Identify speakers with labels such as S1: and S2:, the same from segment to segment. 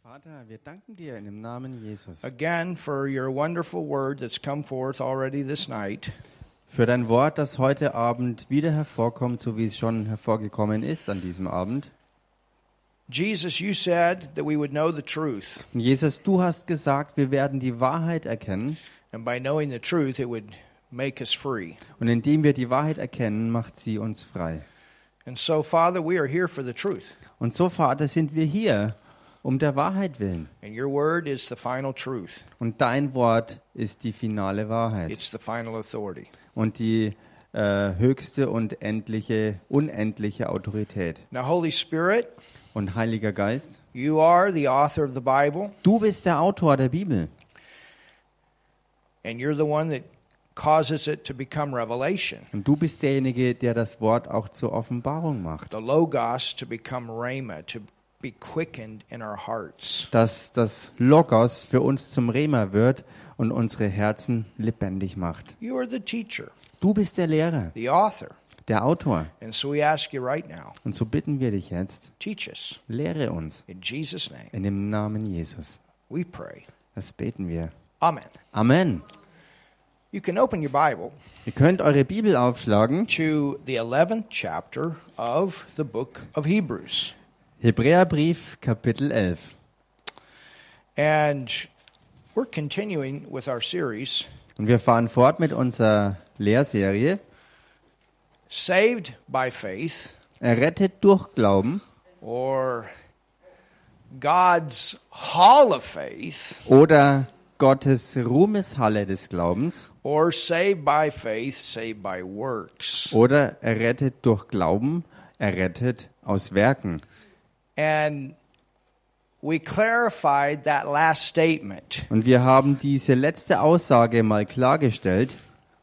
S1: Vater, wir danken dir in dem Namen Jesus
S2: again for your wonderful word that's come forth already this night.
S1: für dein Wort, das heute Abend wieder hervorkommt, so wie es schon hervorgekommen ist an diesem Abend.
S2: Jesus, you said that we would know the truth,
S1: Und Jesus, du hast gesagt, wir werden die Wahrheit erkennen
S2: and by knowing the truth, it would make us free.
S1: und indem wir die Wahrheit erkennen, macht sie uns frei.
S2: And so, Father, we are here for the truth,
S1: Und so, Vater, sind wir hier um der Wahrheit willen.
S2: and your word is the final truth,
S1: Und dein Wort ist die finale Wahrheit
S2: it's the final authority.
S1: und die äh, höchste und endliche, unendliche Autorität.
S2: Now, Holy Spirit,
S1: Und Heiliger Geist,
S2: you are the author of the Bible,
S1: du bist der Autor der Bibel.
S2: and you're the one that causes it to become revelation,
S1: Und du bist derjenige, der das Wort auch zur Offenbarung macht.
S2: the Logos to become Rhema, to be quickened in our hearts.
S1: Dass das Logos für uns zum Rema wird und unsere Herzen lebendig macht.
S2: You are the teacher,
S1: Du bist der Lehrer,
S2: the author.
S1: der Autor.
S2: And so we ask you right now,
S1: Und so bitten wir dich jetzt,
S2: teach us.
S1: lehre uns.
S2: In Jesus' name,
S1: In dem Namen Jesus.
S2: we pray.
S1: Das beten wir.
S2: Amen.
S1: Amen.
S2: You can open your Bible
S1: Ihr könnt eure Bibel aufschlagen.
S2: to the 11th chapter of the book of Hebrews.
S1: Hebräerbrief, Kapitel 11.
S2: And we're continuing with our series,
S1: Und wir fahren fort mit unserer Lehrserie.
S2: Saved by Faith,
S1: Errettet durch Glauben
S2: or God's Hall of Faith,
S1: oder Gottes Ruhmeshalle des Glaubens.
S2: or Saved by Faith, Saved by Works.
S1: Oder errettet durch Glauben, errettet aus Werken.
S2: And we clarified that last statement.
S1: Und wir haben diese letzte Aussage mal klargestellt,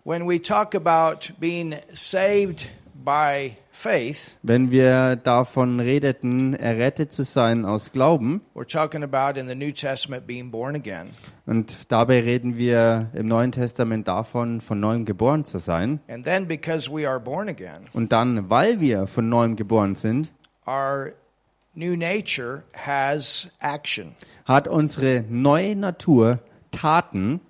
S2: When we talk about being saved by faith,
S1: wenn wir davon redeten, errettet zu sein aus Glauben.
S2: we're talking about in the New Testament being born again.
S1: Und dabei reden wir im Neuen Testament davon, von neuem geboren zu sein.
S2: And then because we are born again,
S1: Und dann, weil wir von neuem geboren sind,
S2: our new nature has action.
S1: hat unsere neue Natur Taten.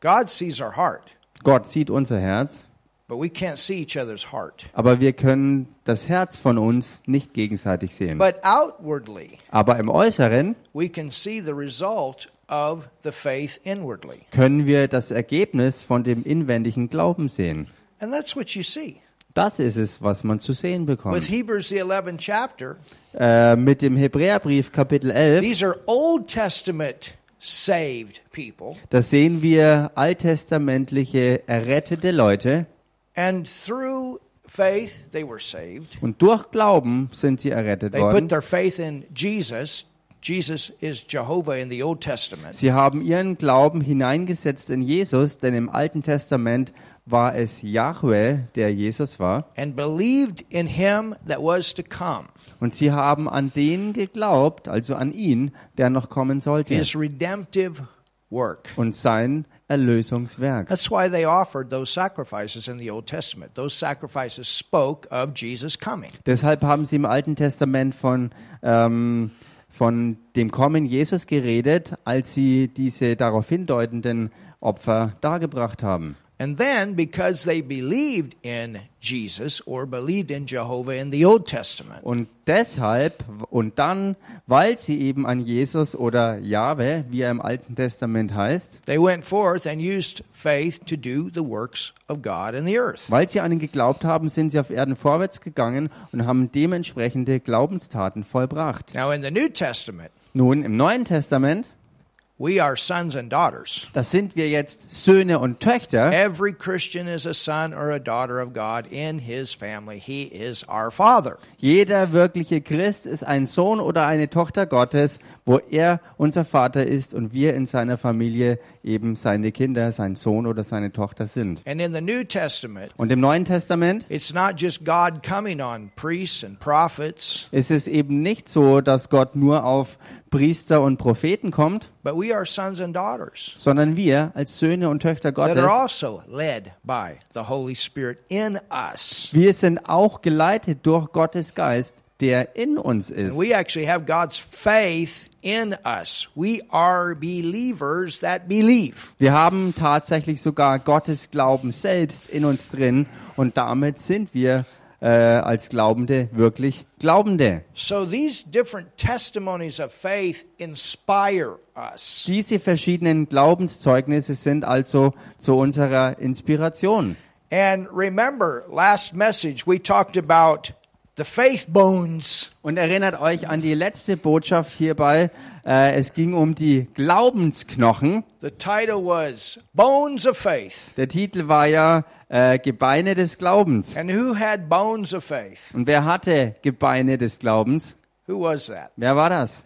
S2: God sees our heart,
S1: Gott sieht unser Herz,
S2: but we can't see each other's heart.
S1: aber wir können das Herz von uns nicht gegenseitig sehen.
S2: But outwardly,
S1: Aber im Äußeren
S2: we can see the result of the faith inwardly.
S1: können wir das Ergebnis von dem inwendigen Glauben sehen.
S2: And that's what you see.
S1: Das ist es, was man zu sehen
S2: With
S1: bekommt.
S2: Hebrews the 11th chapter,
S1: Äh, mit dem Hebräerbrief Kapitel 11,
S2: these are Old Testament saved people.
S1: da sehen wir alttestamentliche errettete Leute
S2: And through faith, they were saved.
S1: und durch Glauben sind sie errettet
S2: They put
S1: worden.
S2: their faith in Jesus. Jesus is Jehovah in the Old Testament.
S1: Sie haben ihren Glauben hineingesetzt in Jesus, denn im Alten Testament war es Yahweh, der Jesus war.
S2: And believed in him that was to come,
S1: Und sie haben an den geglaubt, also an ihn, der noch kommen sollte,
S2: his redemptive work.
S1: und sein Erlösungswerk.
S2: That's why they offered those sacrifices in the Old Testament. Those sacrifices spoke of Jesus coming.
S1: Deshalb haben sie im Alten Testament von, ähm, von dem Kommen Jesus geredet, als sie diese darauf hindeutenden Opfer dargebracht haben.
S2: And then, because they believed in Jesus or believed in Jehovah in the Old Testament,
S1: Und deshalb und dann, weil sie eben an Jesus oder Jahwe, wie er im Alten Testament heißt,
S2: they went forth and used faith to do the works of God in the earth.
S1: weil sie an ihn geglaubt haben, sind sie auf Erden vorwärts gegangen und haben dementsprechende Glaubenstaten vollbracht.
S2: Now, in the New Testament,
S1: Nun, im Neuen Testament,
S2: we are sons and daughters.
S1: das sind wir jetzt Söhne und Töchter.
S2: Every Christian is a son or a daughter of God in his family. He is our father.
S1: Jeder wirkliche Christ ist ein Sohn oder eine Tochter Gottes, wo er unser Vater ist und wir in seiner Familie eben seine Kinder, sein Sohn oder seine Tochter sind.
S2: And in the New Testament,
S1: Und im Neuen Testament
S2: it's not just God coming on priests and prophets,
S1: ist es eben nicht so, dass Gott nur auf Priester und Propheten kommt,
S2: but we are sons and daughters
S1: sondern wir als Söhne und Töchter
S2: that are
S1: Gottes,
S2: also led by the Holy Spirit in us.
S1: wir sind auch geleitet durch Gottes Geist, der in uns
S2: And
S1: ist.
S2: we actually have God's faith in us. We are believers that believe.
S1: Wir haben tatsächlich sogar Gottes Glauben selbst in uns drin und damit sind wir äh, als Glaubende wirklich Glaubende.
S2: So these different testimonies of faith inspire us.
S1: Diese verschiedenen Glaubenszeugnisse sind also zu unserer Inspiration.
S2: And remember, last message we talked about the faith bones.
S1: Und erinnert euch an die letzte Botschaft hierbei. Äh, es ging um die Glaubensknochen.
S2: The title was Bones of Faith.
S1: Der Titel war ja äh, Gebeine des Glaubens.
S2: And who had bones of faith?
S1: Und wer hatte Gebeine des Glaubens?
S2: Who was that?
S1: Wer war das?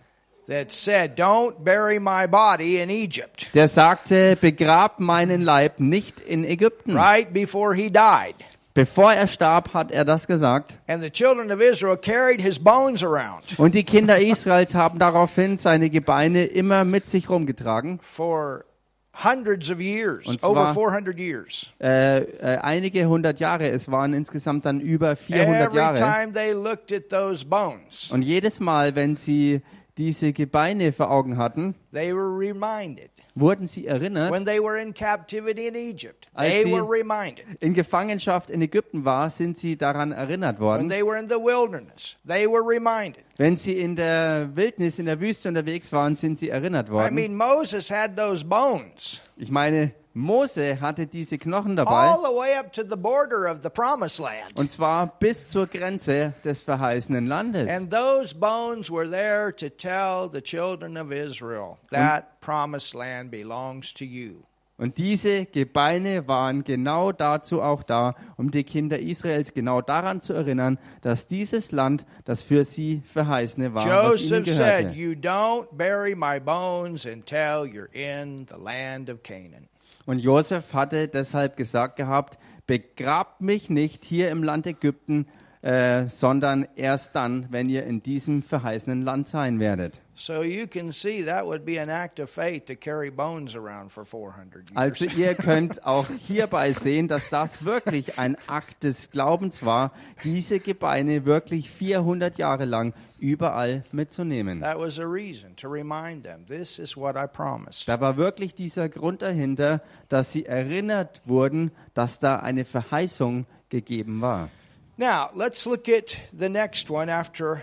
S2: That said, Don't bury my body in Egypt
S1: Der sagte, begrab meinen Leib nicht in Ägypten.
S2: right before he died.
S1: Bevor er starb, hat er das gesagt.
S2: And the children of Israel carried his bones around
S1: Und die Kinder Israels haben daraufhin seine Gebeine immer mit sich rumgetragen.
S2: for hundreds of years,
S1: Und
S2: over
S1: zwar-
S2: 400 years.
S1: Äh, äh, einige hundert Jahre. Es waren insgesamt dann über 400
S2: Every
S1: Jahre.
S2: time they looked at those bones,
S1: Und jedes Mal, wenn sie diese Gebeine vor Augen hatten,
S2: they were reminded.
S1: wurden sie erinnert.
S2: When they were in captivity in Egypt,
S1: I
S2: they
S1: see.
S2: were reminded.
S1: In Gefangenschaft in Ägypten war, sind sie daran erinnert
S2: When
S1: worden.
S2: they were in the wilderness, they were reminded.
S1: Wenn sie in der Wildnis, in der Wüste unterwegs waren, sind sie erinnert
S2: I
S1: worden.
S2: mean, Moses had those bones
S1: Ich meine, Mose hatte diese Knochen dabei.
S2: all the way up to the border of the promised land.
S1: Und zwar bis zur Grenze des verheißenen Landes.
S2: And those bones were there to tell the children of Israel
S1: Hmm?
S2: that promised land belongs to you.
S1: Und diese Gebeine waren genau dazu auch da, um die Kinder Israels genau daran zu erinnern, dass dieses Land das für sie verheißene war, was ihnen
S2: Joseph said,
S1: gehörte.
S2: You don't bury my bones until you're in the land of Canaan.
S1: Und Josef hatte deshalb gesagt gehabt, begrabt mich nicht hier im Land Ägypten, äh, sondern erst dann, wenn ihr in diesem verheißenen Land sein werdet.
S2: So you can see that would be an act of faith to carry bones around for 400 years.
S1: Also ihr könnt auch hierbei sehen, dass das wirklich ein Akt des Glaubens war, diese Gebeine wirklich 400 Jahre lang überall mitzunehmen.
S2: That was a reason to remind them, this is what I promised.
S1: Da war wirklich dieser Grund dahinter, dass sie erinnert wurden, dass da eine Verheißung gegeben war.
S2: Now, let's look at the next one after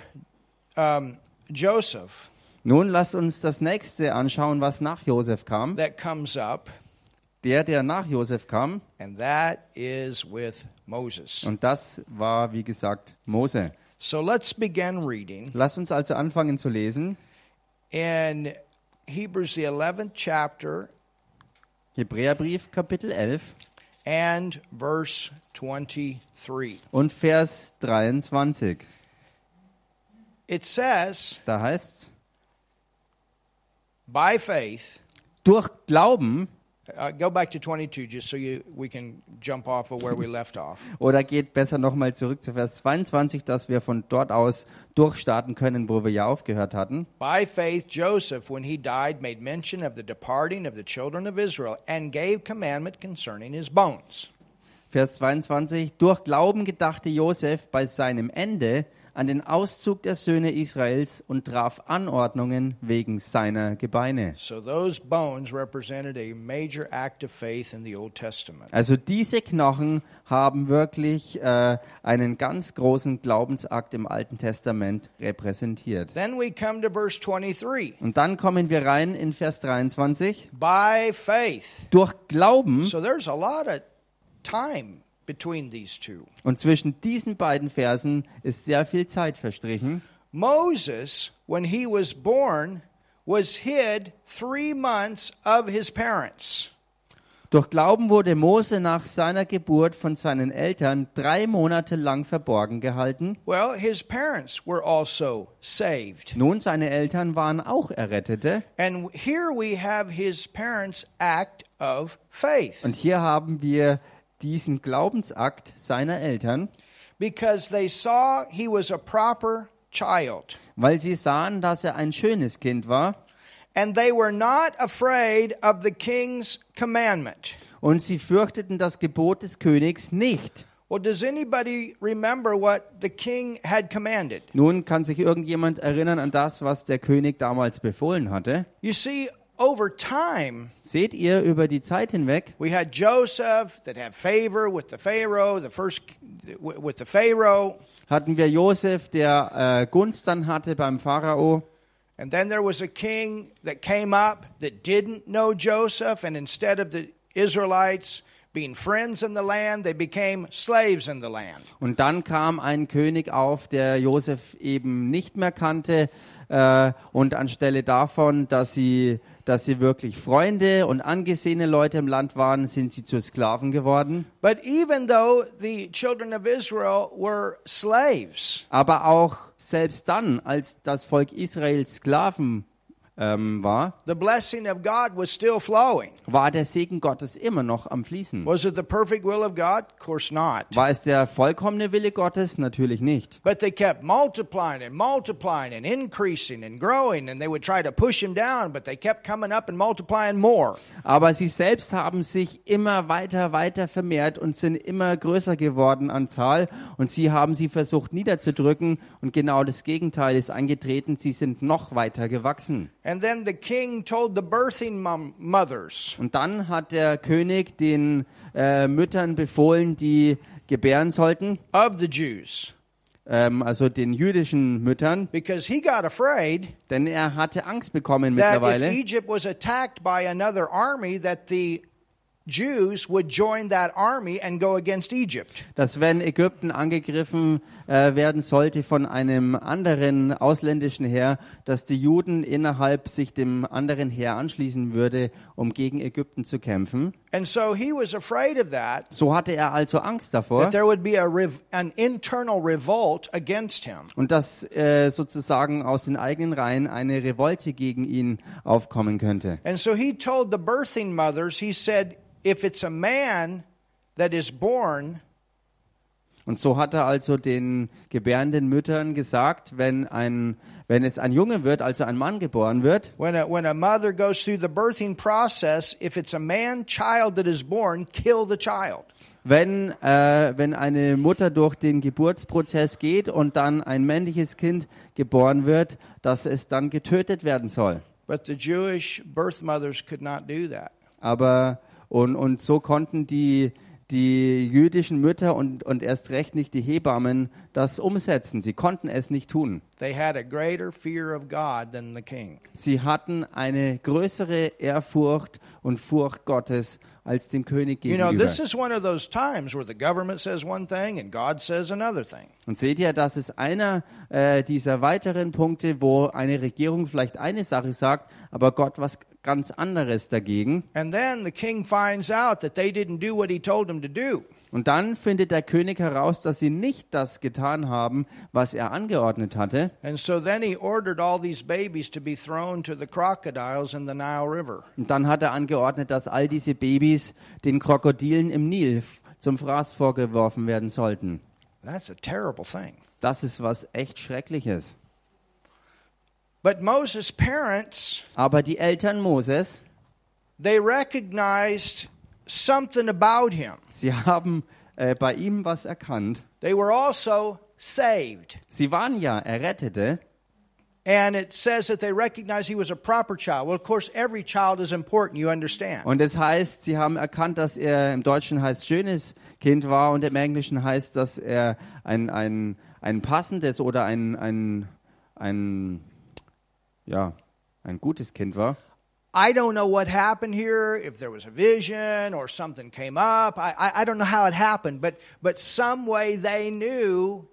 S2: um, Joseph
S1: Nun lasst uns das nächste anschauen, was nach Josef kam.
S2: that comes up,
S1: Der, der nach Josef kam,
S2: and that is with Moses.
S1: und das war, wie gesagt, Mose.
S2: So let's begin reading
S1: Lasst uns also anfangen zu lesen.
S2: in Hebrews, the 11th chapter,
S1: Hebräerbrief, Kapitel 11.
S2: and verse 23.
S1: Und Vers 23,
S2: It says,
S1: da heißt
S2: by faith,
S1: durch Glauben
S2: uh, go back to 22 just so you, we can jump off of where we left off.
S1: oder geht besser nochmal zurück zu Vers 22, dass wir von dort aus durchstarten können, wo wir ja aufgehört hatten.
S2: By faith, Joseph, when he died, made mention of the departing of the children of Israel and gave commandment concerning his bones.
S1: Vers 22, durch Glauben gedachte Josef bei seinem Ende an den Auszug der Söhne Israels und traf Anordnungen wegen seiner Gebeine.
S2: So those bones represented a major act of faith in the Old Testament.
S1: Also diese Knochen haben wirklich äh, einen ganz großen Glaubensakt im Alten Testament repräsentiert.
S2: Then we come to verse 23.
S1: Und dann kommen wir rein in Vers 23.
S2: By faith.
S1: Durch Glauben
S2: So there's a lot of time between these two.
S1: und zwischen diesen beiden Versen ist sehr viel Zeit verstrichen.
S2: Moses, when he was born, was hid three months of his parents.
S1: Durch Glauben wurde Mose nach seiner Geburt von seinen Eltern drei Monate lang verborgen gehalten.
S2: Well, his parents were also saved.
S1: Nun, seine Eltern waren auch Errettete.
S2: And here we have his parents' act of faith
S1: Und hier haben wir diesen Glaubensakt seiner Eltern,
S2: because they saw he was a proper child.
S1: weil sie sahen, dass er ein schönes Kind war.
S2: And they were not afraid of the king's commandment,
S1: Und sie fürchteten das Gebot des Königs nicht,
S2: Well, does anybody remember what the king had commanded?
S1: Nun kann sich irgendjemand erinnern an das, was der König damals befohlen hatte.
S2: You see, over time,
S1: Seht ihr über die Zeit hinweg,
S2: we had Joseph that had favor with the Pharaoh, the first with the Pharaoh,
S1: hatten wir Josef, der äh, Gunst dann hatte beim Pharao.
S2: and then there was a king that came up that didn't know Joseph, and instead of the Israelites being friends in the land, they became slaves in the land.
S1: Und dann kam ein König auf, der Josef eben nicht mehr kannte. Äh, und anstelle davon, dass sie, dass sie wirklich Freunde und angesehene Leute im Land waren, sind sie zu Sklaven geworden.
S2: But even though the children of Israel were slaves,
S1: Aber auch selbst dann, als das Volk Israel Sklaven ähm, war,
S2: the blessing of God was still flowing.
S1: war der Segen Gottes immer noch am Fließen.
S2: Was it the perfect will of God? Of course not.
S1: War es der vollkommene Wille Gottes? Natürlich nicht.
S2: But they kept multiplying and multiplying and increasing and growing, and they would try to push him down, but they kept coming up and multiplying more.
S1: Aber sie selbst haben sich immer weiter, weiter vermehrt und sind immer größer geworden an Zahl. Und sie haben sie versucht niederzudrücken. Und genau das Gegenteil ist eingetreten. Sie sind noch weiter gewachsen.
S2: And then the king told the birthing mom- mothers,
S1: Und dann hat der König den äh, Müttern befohlen, die gebären sollten,
S2: of the Jews
S1: ähm, also den jüdischen Müttern,
S2: because he got afraid
S1: denn er hatte Angst bekommen
S2: that if
S1: mittlerweile.
S2: Egypt was attacked by another army that the Jews would join that army and go against Egypt.
S1: dass wenn Ägypten angegriffen äh, werden sollte von einem anderen ausländischen Heer, dass die Juden innerhalb sich dem anderen Heer anschließen würde, um gegen Ägypten zu kämpfen.
S2: And so he was afraid of that
S1: So hatte er also Angst davor
S2: that there would be a rev- an internal revolt against him.
S1: und dass äh, sozusagen aus den eigenen Reihen eine Revolte gegen ihn aufkommen könnte.
S2: And so he told the birthing mothers, he said, if it's a man that is born,
S1: Und so hat er also den gebärenden Müttern gesagt, wenn ein wenn es ein Junge wird, also ein Mann geboren wird,
S2: when a, when a mother goes through the birthing process, if it's a man child that is born, kill the child.
S1: Wenn, äh, wenn eine Mutter durch den Geburtsprozess geht und dann ein männliches Kind geboren wird, dass es dann getötet werden soll.
S2: But the Jewish birth mothers could not do that.
S1: Aber und, und so konnten die, die jüdischen Mütter und, und erst recht nicht die Hebammen das umsetzen. Sie konnten es nicht tun.
S2: They had a greater fear of God than the king.
S1: Sie hatten eine größere Ehrfurcht und Furcht Gottes als dem König
S2: You know,
S1: gegenüber.
S2: this is one of those times where the government says one thing and God says another thing.
S1: Und seht ihr, das ist einer äh, dieser weiteren Punkte, wo eine Regierung vielleicht eine Sache sagt, aber Gott was ganz anderes dagegen.
S2: And then the king finds out that they didn't do what he told them to do.
S1: Und dann findet der König heraus, dass sie nicht das getan haben, was er angeordnet hatte.
S2: And so then he ordered all these babies to be thrown to the crocodiles in the Nile River.
S1: Und dann hat er angeordnet, dass all diese Babys den Krokodilen im Nil f- zum Fraß vorgeworfen werden sollten.
S2: That's a terrible thing.
S1: Das ist was echt Schreckliches.
S2: But Moses' parents,
S1: Aber die Eltern Moses,
S2: they recognized something about him.
S1: sie haben äh, bei ihm was erkannt.
S2: They were also saved.
S1: Sie waren ja Errettete.
S2: And it says that they recognized he was a proper child. Well, of course, every child is important, you understand.
S1: Und es heißt, sie haben erkannt, dass er im Deutschen heißt schönes Kind war und im Englischen heißt, dass er ein, ein, ein passendes oder ein, ein, ein, ja, ein gutes Kind war.
S2: I don't know what happened here, if there was a vision or something came up. I, I, I don't know how it happened, but, but some way they knew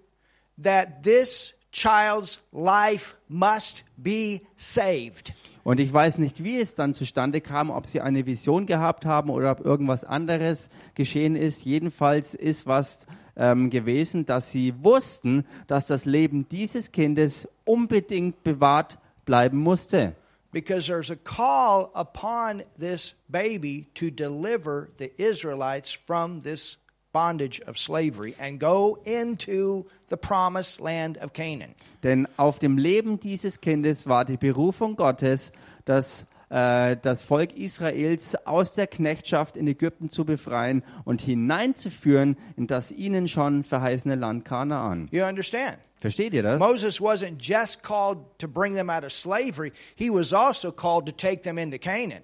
S2: that this child's life must be saved.
S1: Und ich weiß nicht, wie es dann zustande kam, ob sie eine Vision gehabt haben oder ob irgendwas anderes geschehen ist. Jedenfalls ist was ähm, gewesen, dass sie wussten, dass das Leben dieses Kindes unbedingt bewahrt bleiben musste.
S2: Because there's a call upon this baby to deliver the Israelites from this bondage of slavery and go into the promised land of Canaan.
S1: Denn auf dem Leben dieses Kindes war die Berufung Gottes, dass äh, das Volk Israels aus der Knechtschaft in Ägypten zu befreien und hineinzuführen in das ihnen schon verheißene Land Kanaan.
S2: You understand?
S1: Versteht ihr das?
S2: Moses wasn't just called to bring them out of slavery, he was also called to take them into Canaan.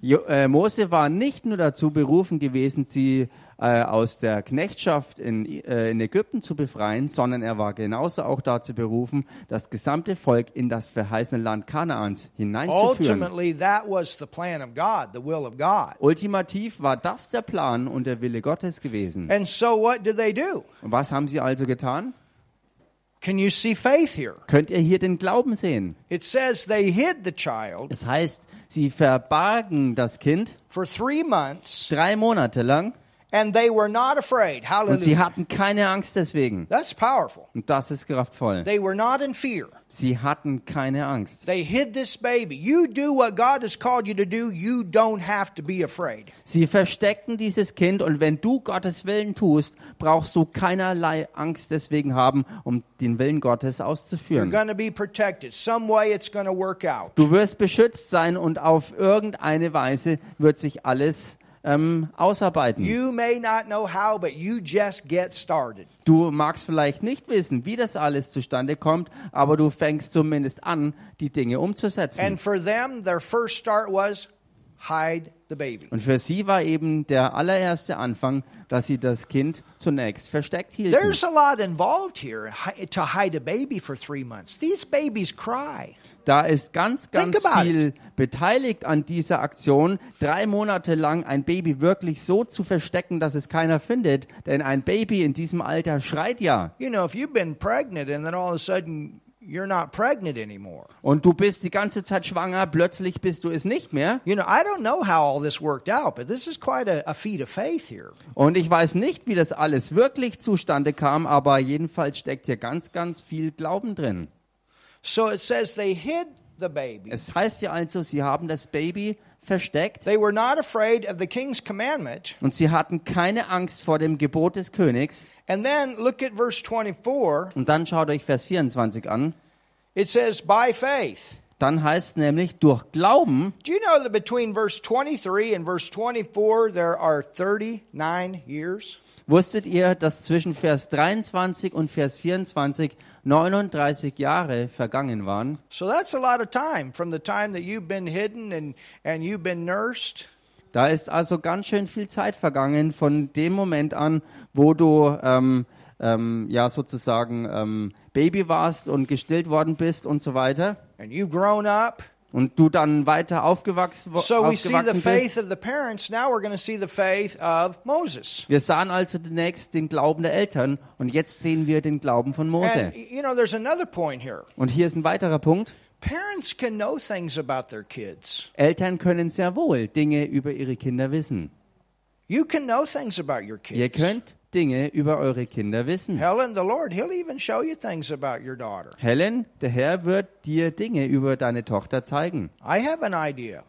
S1: Jo, äh, Mose war nicht nur dazu berufen gewesen, sie äh, aus der Knechtschaft in, I- äh, in Ägypten zu befreien, sondern er war genauso auch dazu berufen, das gesamte Volk in das verheißene Land Kanaans hineinzuführen.
S2: Ultimately, that was the plan of God, the will of God.
S1: Ultimativ war das der Plan und der Wille Gottes gewesen.
S2: And so, what do they do?
S1: Und was haben sie also getan?
S2: Can you see faith here?
S1: Könnt ihr hier den Glauben sehen?
S2: It says they hid the child
S1: Es heißt, sie verbargen das Kind
S2: for three months
S1: drei Monate lang
S2: and they were not afraid.
S1: und sie
S2: Hallelujah.
S1: hatten keine Angst deswegen.
S2: That's powerful.
S1: Und das ist kraftvoll.
S2: They were not in fear.
S1: Sie hatten keine Angst.
S2: They hid this baby. You do what God has called you to do, you don't have to be afraid.
S1: Sie versteckten dieses Kind und wenn du Gottes Willen tust, brauchst du keinerlei Angst deswegen haben, um den Willen Gottes
S2: You're
S1: auszuführen.
S2: going to be protected. Some way it's going to work out.
S1: Du wirst beschützt sein und auf irgendeine Weise wird sich alles ähm, ausarbeiten.
S2: You may not know how, but you just get started.
S1: Du magst vielleicht nicht wissen, wie das alles zustande kommt, aber du fängst zumindest an, die Dinge umzusetzen.
S2: And for them, their first start was hide the baby.
S1: Und für sie war eben der allererste Anfang, dass sie das Kind zunächst versteckt hielten.
S2: There's a lot involved here hi- to hide a baby for three months. These babies cry.
S1: Da ist ganz,
S2: Think
S1: ganz
S2: about
S1: viel beteiligt an dieser Aktion. Drei Monate lang ein Baby wirklich so zu verstecken, dass es keiner findet. Denn ein Baby in diesem Alter schreit ja.
S2: You know, if you've been pregnant and then all of a sudden you're not pregnant anymore.
S1: Und du bist die ganze Zeit schwanger, plötzlich bist du es nicht mehr.
S2: You know, I don't know how all this worked out, but this is quite a, a feat of faith here.
S1: Und ich weiß nicht, wie das alles wirklich zustande kam, aber jedenfalls steckt hier ganz, ganz viel Glauben drin.
S2: So it says they hid the baby.
S1: Es heißt ja also, sie haben das Baby versteckt
S2: They were not afraid of the king's commandment.
S1: und sie hatten keine Angst vor dem Gebot des Königs.
S2: And then look at verse 24.
S1: Und dann schaut euch Vers 24 an.
S2: It says, by faith.
S1: Dann heißt nämlich, durch Glauben,
S2: Do you know that between verse 23 and verse 24 there are 39 years?
S1: wusstet ihr, dass zwischen Vers 23 und Vers 24 39 Jahre vergangen waren.
S2: So that's a lot of time from the time that you've been hidden and, and you've been nursed.
S1: Da ist also ganz schön viel Zeit vergangen von dem Moment an, wo du ähm, ähm, ja sozusagen ähm, Baby warst und gestillt worden bist und so weiter.
S2: And you've grown up.
S1: Und du dann weiter aufgewachsen, wo-
S2: So we see the
S1: aufgewachsen bist.
S2: faith of the parents. Now we're going to see the faith of Moses.
S1: Wir sahen also zunächst den Glauben der Eltern und jetzt sehen wir den Glauben von Mose.
S2: And, you know, there's another point here.
S1: Und hier ist ein weiterer Punkt.
S2: Parents can know things about their kids.
S1: Eltern können sehr wohl Dinge über ihre Kinder wissen.
S2: You can know things about your kids.
S1: Ihr könnt Dinge über eure Kinder wissen.
S2: Helen, the Lord, He'll even show you things about your daughter.
S1: Helen, der Herr wird dir Dinge über deine Tochter zeigen.
S2: I have an idea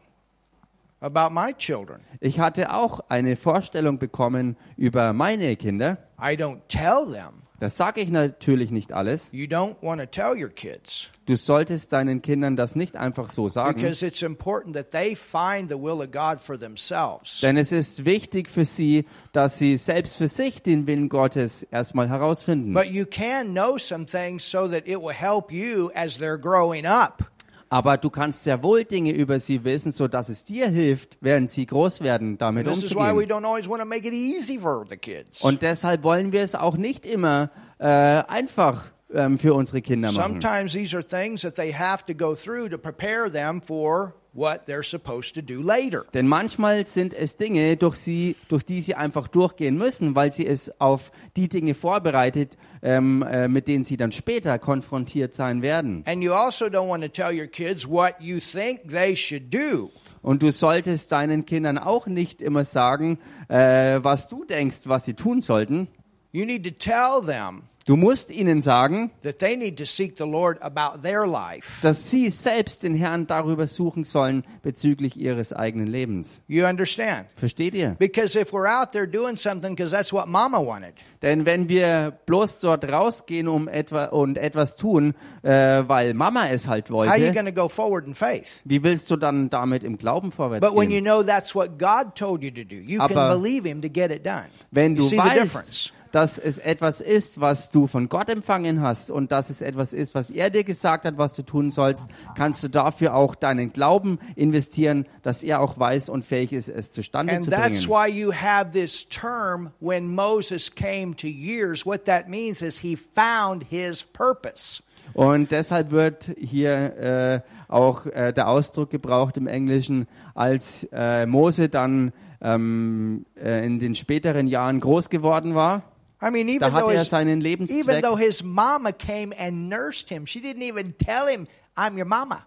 S2: about my children.
S1: Ich hatte auch eine Vorstellung bekommen über meine Kinder.
S2: I don't tell them.
S1: Das sage ich natürlich nicht alles.
S2: You don't want to tell your kids
S1: Du solltest deinen Kindern das nicht einfach so sagen.
S2: because it's important that they find the will of God for themselves.
S1: Denn es ist wichtig für sie, dass sie selbst für sich den Willen Gottes erstmal herausfinden.
S2: But you can know some things so that it will help you as they're growing up.
S1: Aber du kannst sehr wohl Dinge über sie wissen, sodass es dir hilft, während sie groß werden, damit
S2: This is why we
S1: umzugehen.
S2: don't always want to make it easy for the kids.
S1: Und deshalb wollen wir es auch nicht immer äh, einfach ähm, für unsere Kinder machen.
S2: Sometimes these are things that they have to go through to prepare them for what they're supposed to do later.
S1: Denn manchmal sind es Dinge, durch, sie, durch die sie einfach durchgehen müssen, weil sie es auf die Dinge vorbereitet, ähm, äh, mit denen sie dann später konfrontiert sein werden.
S2: And you also don't want to tell your kids what you think they should do.
S1: Und du solltest deinen Kindern auch nicht immer sagen, äh, was du denkst, was sie tun sollten.
S2: You need to tell them
S1: Du musst ihnen sagen,
S2: that they need to seek the Lord about their life.
S1: dass sie selbst den Herrn darüber suchen sollen bezüglich ihres eigenen Lebens.
S2: You understand?
S1: Versteht ihr?
S2: Because if we're out there doing something because that's what mama wanted,
S1: Denn wenn wir bloß dort rausgehen um etwa, und etwas tun, äh, weil Mama es halt
S2: how are you
S1: wollte,
S2: going to go forward in faith?
S1: wie willst du dann damit im Glauben vorwärts
S2: But when you
S1: gehen?
S2: know that's what God told you to do, you can
S1: Aber
S2: believe him to get it done.
S1: Wenn
S2: you
S1: du
S2: see the difference.
S1: weißt, dass es etwas ist, was du von Gott empfangen hast und dass es etwas ist, was er dir gesagt hat, was du tun sollst, kannst du dafür auch deinen Glauben investieren, dass er auch weiß und fähig ist, es zustande
S2: And
S1: zu
S2: that's
S1: bringen.
S2: why you have this term when Moses came to years. What that means is he found his purpose.
S1: Und deshalb wird hier äh, auch äh, der Ausdruck gebraucht im Englischen, als äh, Mose dann ähm, äh, in den späteren Jahren groß geworden war.
S2: I mean,
S1: Da
S2: even
S1: hat
S2: though
S1: er
S2: his,
S1: seinen
S2: even
S1: Lebenszweck.
S2: though his mama came and nursed him, she didn't even tell him, "I'm your mama."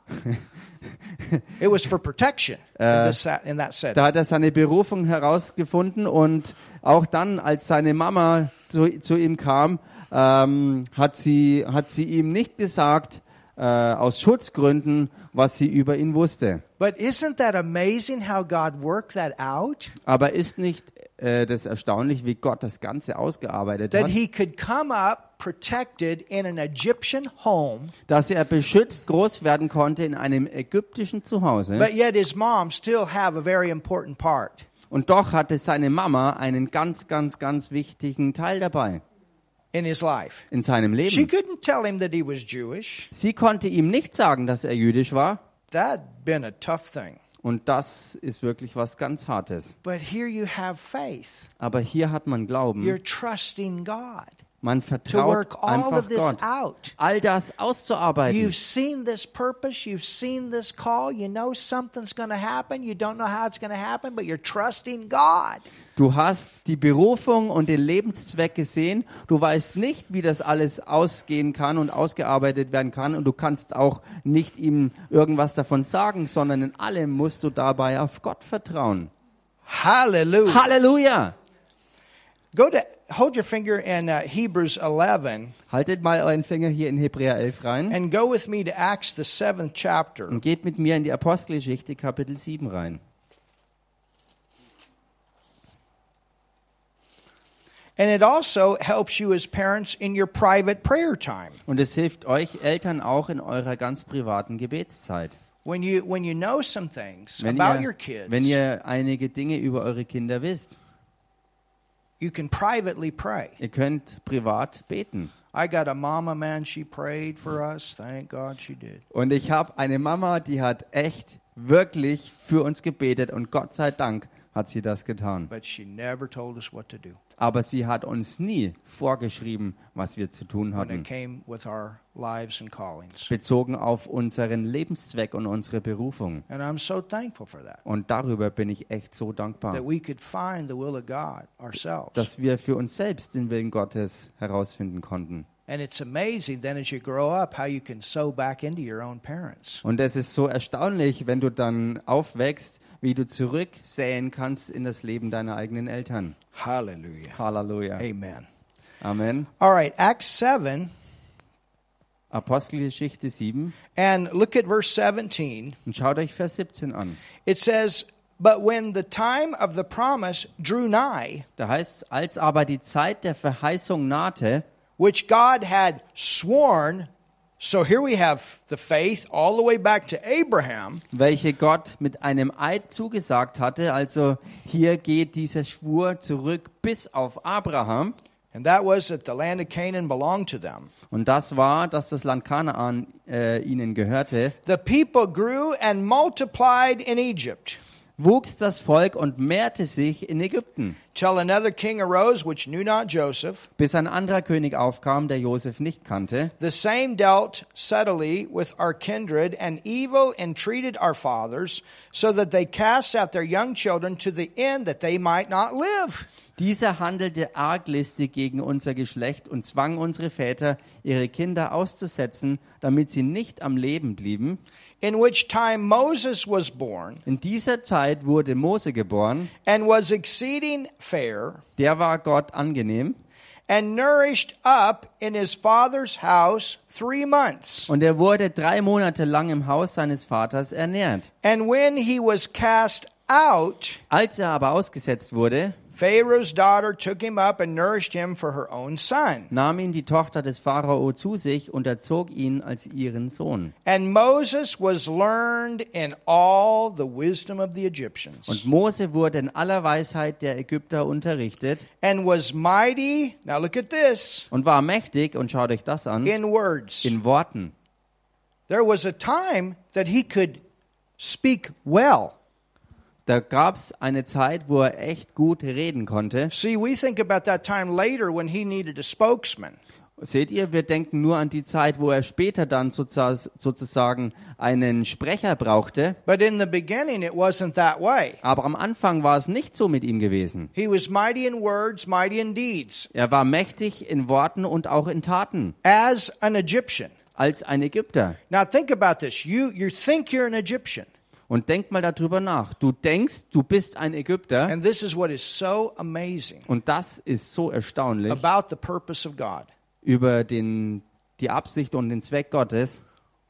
S2: it was for protection in, this, in that setting.
S1: Da hat er seine Berufung herausgefunden und auch dann, als seine Mama zu, zu ihm kam, ähm, hat, sie, hat sie ihm nicht gesagt, äh, aus Schutzgründen, was sie über ihn wusste.
S2: But isn't that amazing how God worked that out?
S1: Aber ist nicht äh, das erstaunlich, wie Gott das Ganze ausgearbeitet
S2: That
S1: hat?
S2: he could come up protected in an Egyptian home,
S1: dass er beschützt groß werden konnte in einem ägyptischen Zuhause.
S2: but yet his mom still have a very important part.
S1: Und doch hatte seine Mama einen ganz, ganz, ganz wichtigen Teil dabei
S2: in his life.
S1: in seinem
S2: She
S1: Leben.
S2: couldn't tell him that he was Jewish.
S1: Sie konnte ihm nicht sagen, dass er jüdisch war.
S2: That'd been a tough thing.
S1: Und das ist wirklich was ganz Hartes.
S2: But here you have faith.
S1: Aber hier hat man
S2: You're
S1: Glauben.
S2: trusting God
S1: Man
S2: to
S1: vertraut
S2: work all
S1: einfach
S2: of this
S1: Gott.
S2: out.
S1: All das auszuarbeiten.
S2: You've seen this purpose, you've seen this call, you know something's going to happen, you don't know how it's going to happen, but you're trusting God.
S1: Du hast die Berufung und den Lebenszweck gesehen. Du weißt nicht, wie das alles ausgehen kann und ausgearbeitet werden kann. Und du kannst auch nicht ihm irgendwas davon sagen, sondern in allem musst du dabei auf Gott vertrauen.
S2: Hallelujah.
S1: Halleluja!
S2: Go to hold your finger in uh, Hebrews 11
S1: Haltet mal euren Finger hier in Hebräer 11 rein
S2: and go with me to Acts the 7th chapter.
S1: und geht mit mir in die Apostelgeschichte Kapitel 7 rein.
S2: And it also helps you as parents in your private prayer time.
S1: Und es hilft euch Eltern auch in eurer ganz privaten Gebetszeit.
S2: When you when you know some things
S1: Wenn
S2: about
S1: ihr,
S2: your kids,
S1: wenn ihr einige Dinge über eure Kinder wisst,
S2: you can privately pray.
S1: ihr könnt privat beten.
S2: I got a mama man, she prayed for us. Thank God she did.
S1: Und ich habe eine Mama, die hat echt wirklich für uns gebetet und Gott sei Dank hat sie das getan.
S2: But she never told us what to do
S1: Aber sie hat uns nie vorgeschrieben, was wir zu tun
S2: when
S1: hatten,
S2: it came with our lives and callings.
S1: bezogen auf unseren Lebenszweck und unsere Berufung.
S2: And I'm so thankful for that.
S1: Und darüber bin ich echt so dankbar,
S2: That we could find the will of God ourselves.
S1: dass wir für uns selbst den Willen Gottes herausfinden konnten.
S2: And it's amazing then as you grow up how you can sow back into your own parents.
S1: Und es ist so erstaunlich, wenn du dann aufwächst, wie du zurücksäen kannst in das Leben deiner eigenen Eltern.
S2: Hallelujah.
S1: Halleluja.
S2: Amen.
S1: Amen.
S2: All right, Acts 7
S1: Apostelgeschichte 7.
S2: and look at verse 17.
S1: Und schaut euch Vers 17 an.
S2: It says, But when the time of the promise drew nigh,
S1: Da heißt es, als aber die Zeit der Verheißung nahte,
S2: which God had sworn, so here we have the faith all the way back to Abraham,
S1: welche Gott mit einem Eid zugesagt hatte, also hier geht dieser Schwur zurück bis auf Abraham.
S2: and that was that the land of Canaan belonged to them.
S1: Und das war, dass das Land Kanaan äh, ihnen gehörte,
S2: The people grew and multiplied in Egypt
S1: wuchs das Volk und mehrte sich in Ägypten,
S2: till another king arose which knew not Joseph.
S1: bis ein anderer König aufkam, der Josef nicht kannte.
S2: The same dealt subtly with our kindred, and evil entreated our fathers, so that they cast out their young children to the end that they might not live.
S1: Dieser handelte arglistig gegen unser Geschlecht und zwang unsere Väter, ihre Kinder auszusetzen, damit sie nicht am Leben blieben.
S2: in which time Moses was born,
S1: In dieser Zeit wurde Mose geboren,
S2: and was exceeding fair,
S1: der war Gott angenehm,
S2: and nourished up in his father's house three months.
S1: Und er wurde drei Monate lang im Haus seines Vaters ernährt.
S2: And when he was cast out,
S1: Als er aber ausgesetzt wurde,
S2: Pharaoh's daughter took him up and nourished him for her own son.
S1: nahm ihn die Tochter des Pharao zu sich und erzog ihn als ihren Sohn.
S2: And Moses was learned in all the wisdom of the Egyptians,
S1: Und Mose wurde in aller Weisheit der Ägypter unterrichtet
S2: and was mighty, now look at this,
S1: und war mächtig, und schaut euch das an,
S2: in words.
S1: in Worten.
S2: There was a time that he could speak well.
S1: Da gab es eine Zeit, wo er echt gut reden konnte.
S2: See, we think about that time later when he needed a spokesman.
S1: Seht ihr, wir denken nur an die Zeit, wo er später dann sozusa- sozusagen einen Sprecher brauchte.
S2: But in the beginning, it wasn't that way.
S1: Aber am Anfang war es nicht so mit ihm gewesen.
S2: He was mighty in words, mighty in deeds,
S1: Er war mächtig in Worten und auch in Taten,
S2: as an Egyptian.
S1: als ein Ägypter.
S2: Now think about this. You, you think you're an Egyptian.
S1: Und denk mal darüber nach. Du denkst, du bist ein Ägypter.
S2: And this is what is so amazing
S1: Und das ist so erstaunlich
S2: about the purpose of God.
S1: über den, die Absicht und den Zweck Gottes.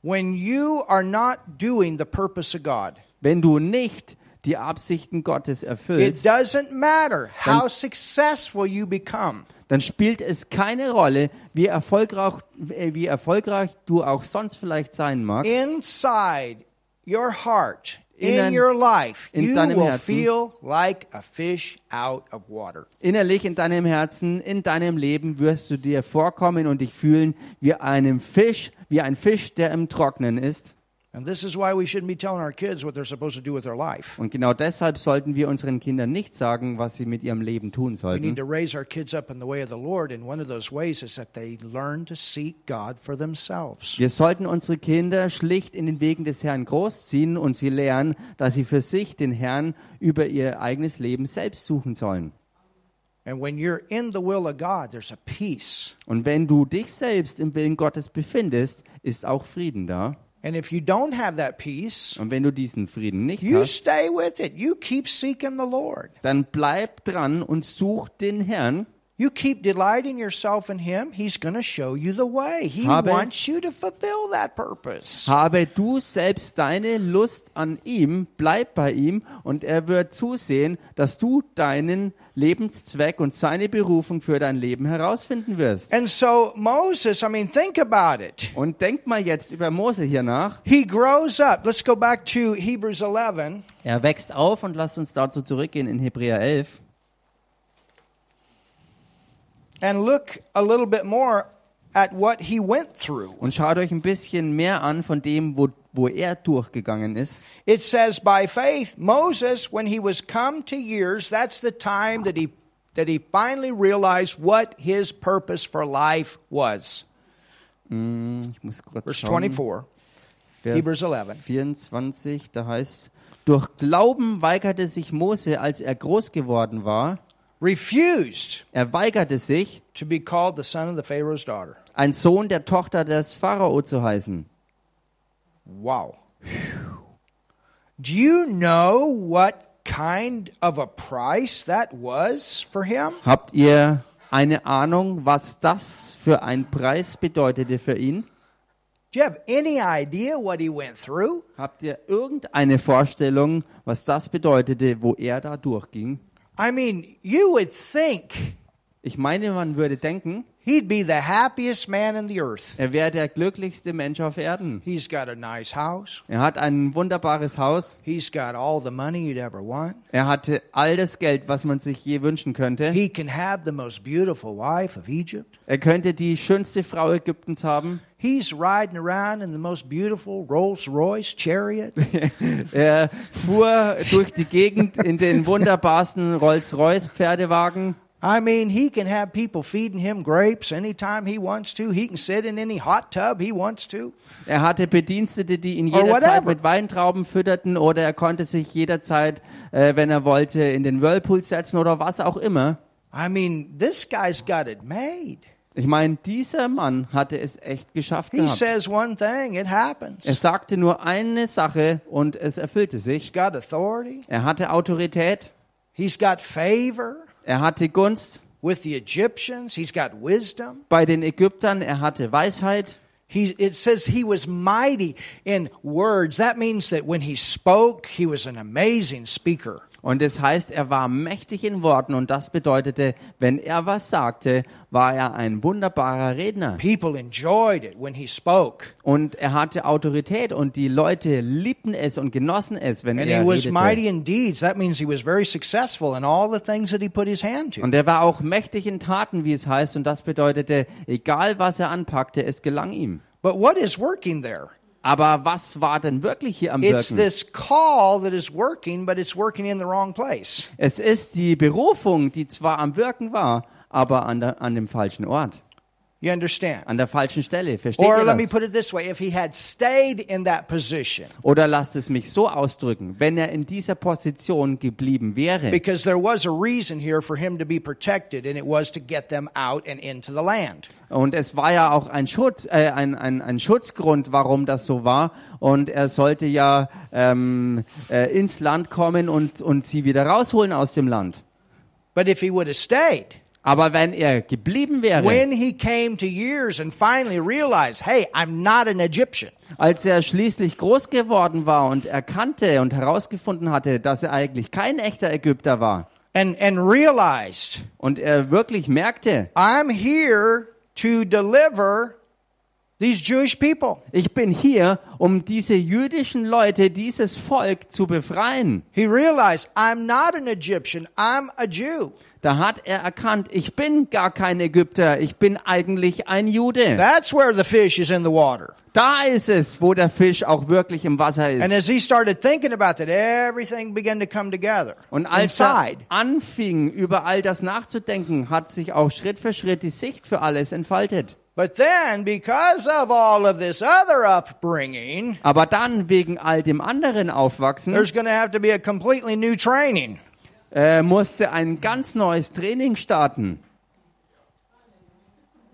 S2: When you are not doing the purpose of God,
S1: Wenn du nicht die Absichten Gottes
S2: it
S1: erfüllst,
S2: doesn't matter how successful you become.
S1: dann spielt es keine Rolle, wie erfolgreich, äh, wie erfolgreich du auch sonst vielleicht sein magst.
S2: Inside your heart,
S1: Innen-
S2: in your life,
S1: in
S2: you
S1: deinem
S2: will
S1: Herzen.
S2: feel like a fish out of water.
S1: Innerlich in deinem Herzen, in deinem Leben wirst du dir vorkommen und dich fühlen wie einem Fisch, wie ein Fisch, der im Trocknen ist.
S2: And this is why we shouldn't be telling our kids what they're supposed to do with their life.
S1: Und genau deshalb sollten wir unseren Kindern nicht sagen, was sie mit ihrem Leben tun
S2: We need
S1: sollten.
S2: to raise our kids up in the way of the Lord, and one of those ways is that they learn to seek God for themselves.
S1: Wir sollten unsere Kinder schlicht in den Wegen des Herrn großziehen und sie lernen, dass sie für sich den Herrn über ihr eigenes Leben selbst suchen sollen.
S2: And when you're in the will of God, there's a peace.
S1: Und wenn du dich selbst im Willen Gottes befindest, ist auch Frieden da.
S2: And if you don't have that peace,
S1: Und wenn du diesen Frieden nicht
S2: you
S1: hast,
S2: stay with it. You keep seeking the Lord.
S1: dann bleib dran und such den Herrn.
S2: You keep delighting yourself in Him. He's going to show you the way. He
S1: Habe-
S2: wants you to fulfill that purpose.
S1: Habe du selbst deine Lust an ihm, bleib bei ihm und er wird zusehen, dass du deinen Lebenszweck und seine Berufung für dein Leben herausfinden wirst.
S2: And so, Moses, I mean, think about it.
S1: Und denk mal jetzt über Mose hier nach.
S2: He grows up. Let's go back to Hebrews 11.
S1: Er wächst auf und lasst uns dazu zurückgehen in Hebräer 11.
S2: and look a little bit more at what he went through.
S1: Und schaut euch ein bisschen mehr an von dem, wo, wo er durchgegangen ist.
S2: It says, By faith, Moses, when he was come to years, that's the time that he, that he finally realized what his purpose for life was.
S1: Hm, Ich muss kurz
S2: Verse
S1: schauen.
S2: 24.
S1: Vers
S2: Hebrews 11.
S1: 24, da heißt durch Glauben weigerte sich Mose, als er groß geworden war.
S2: Refused
S1: Er weigerte sich,
S2: to be called the son of the Pharaoh's daughter.
S1: ein Sohn der Tochter des Pharao zu heißen.
S2: Wow. Do you know what kind of a price that was for him?
S1: Habt ihr eine Ahnung, was das für ein Preis bedeutete für ihn?
S2: Do you have any idea what he went through?
S1: Habt ihr irgendeine Vorstellung, was das bedeutete, wo er da durchging?
S2: I mean, you would think
S1: Ich meine, man würde denken,
S2: he'd be the happiest man in the earth.
S1: er wäre der glücklichste Mensch auf Erden.
S2: He's got a nice house.
S1: Er hat ein wunderbares Haus.
S2: He's got all the money you'd ever want.
S1: Er hatte all das Geld, was man sich je wünschen könnte.
S2: He can have the most beautiful wife of Egypt.
S1: Er könnte die schönste Frau Ägyptens haben.
S2: He's riding around in the most beautiful Rolls Royce chariot.
S1: Er fuhr durch die Gegend in den wunderbarsten Rolls-Royce-Pferdewagen.
S2: I mean, he can have people feeding him grapes anytime he wants to. He can sit in any hot tub he wants to.
S1: Er hatte Bedienstete, die ihn
S2: Or
S1: jederzeit
S2: whatever.
S1: mit Weintrauben fütterten oder er konnte sich jederzeit, äh, wenn er wollte, in den Whirlpool setzen oder was auch immer.
S2: I mean, this guy's got it made.
S1: Ich meine, dieser Mann hatte es echt geschafft
S2: He
S1: gehabt.
S2: says one thing, it happens.
S1: Er sagte nur eine Sache und es erfüllte
S2: He's
S1: sich.
S2: got authority,
S1: Er hatte Autorität,
S2: he's got favor.
S1: er hatte Gunst.
S2: With the Egyptians, he's got wisdom.
S1: Bei den Ägyptern, er hatte Weisheit.
S2: He, it says he was mighty in words. That means that when he spoke, he was an amazing speaker.
S1: Und das heißt, er war mächtig in Worten und das bedeutete, wenn er was sagte, war er ein wunderbarer Redner.
S2: People enjoyed it when he spoke,
S1: Und er hatte Autorität und die Leute liebten es und genossen es, wenn
S2: and
S1: er
S2: he was
S1: redete.
S2: mighty in deeds. That means he was very successful in all the things that he put his hand to.
S1: Und er war auch mächtig in Taten, wie es heißt, und das bedeutete, egal was er anpackte, es gelang ihm.
S2: But what is working there?
S1: Aber was war denn wirklich hier am
S2: It's
S1: Wirken?
S2: this call that is working, but it's working in the wrong place.
S1: Es ist die Berufung, die zwar am Wirken war, aber an, der, an dem falschen Ort,
S2: You understand?
S1: an der falschen Stelle. Versteht
S2: Or
S1: ihr
S2: let me
S1: das?
S2: put it this way if he had stayed in that position,
S1: Oder lasst es mich so ausdrücken, wenn er in dieser Position geblieben wäre,
S2: because there was a reason here for him to be protected, and it was to get them out and into the land.
S1: Und es war ja auch ein, Schutz, äh, ein, ein, ein Schutzgrund, warum das so war. Und er sollte ja ähm, äh, ins Land kommen und, und sie wieder rausholen aus dem Land.
S2: But if he would have stayed,
S1: Aber wenn er geblieben wäre,
S2: when he came to years and finally realized, hey, I'm not an Egyptian,
S1: als er schließlich groß geworden war und erkannte und herausgefunden hatte, dass er eigentlich kein echter Ägypter war
S2: and, and realized
S1: und er wirklich merkte,
S2: I'm here to deliver these Jewish people.
S1: ich bin hier, um diese jüdischen Leute, dieses Volk zu befreien.
S2: He realized, I'm not an Egyptian, I'm a Jew.
S1: Da hat er erkannt, ich bin gar kein Ägypter, ich bin eigentlich ein Jude.
S2: That's where the fish is in the water.
S1: Da ist es, wo der Fisch auch wirklich im Wasser
S2: And
S1: ist.
S2: as he started thinking about that, everything began to come together
S1: Und als er
S2: inside.
S1: anfing, über all das nachzudenken, hat sich auch Schritt für Schritt die Sicht für alles entfaltet.
S2: But then, because of all of this other upbringing,
S1: Aber dann, wegen all dem anderen Aufwachsen,
S2: there's going to have to be a completely new training.
S1: äh, musste ein ganz neues Training starten,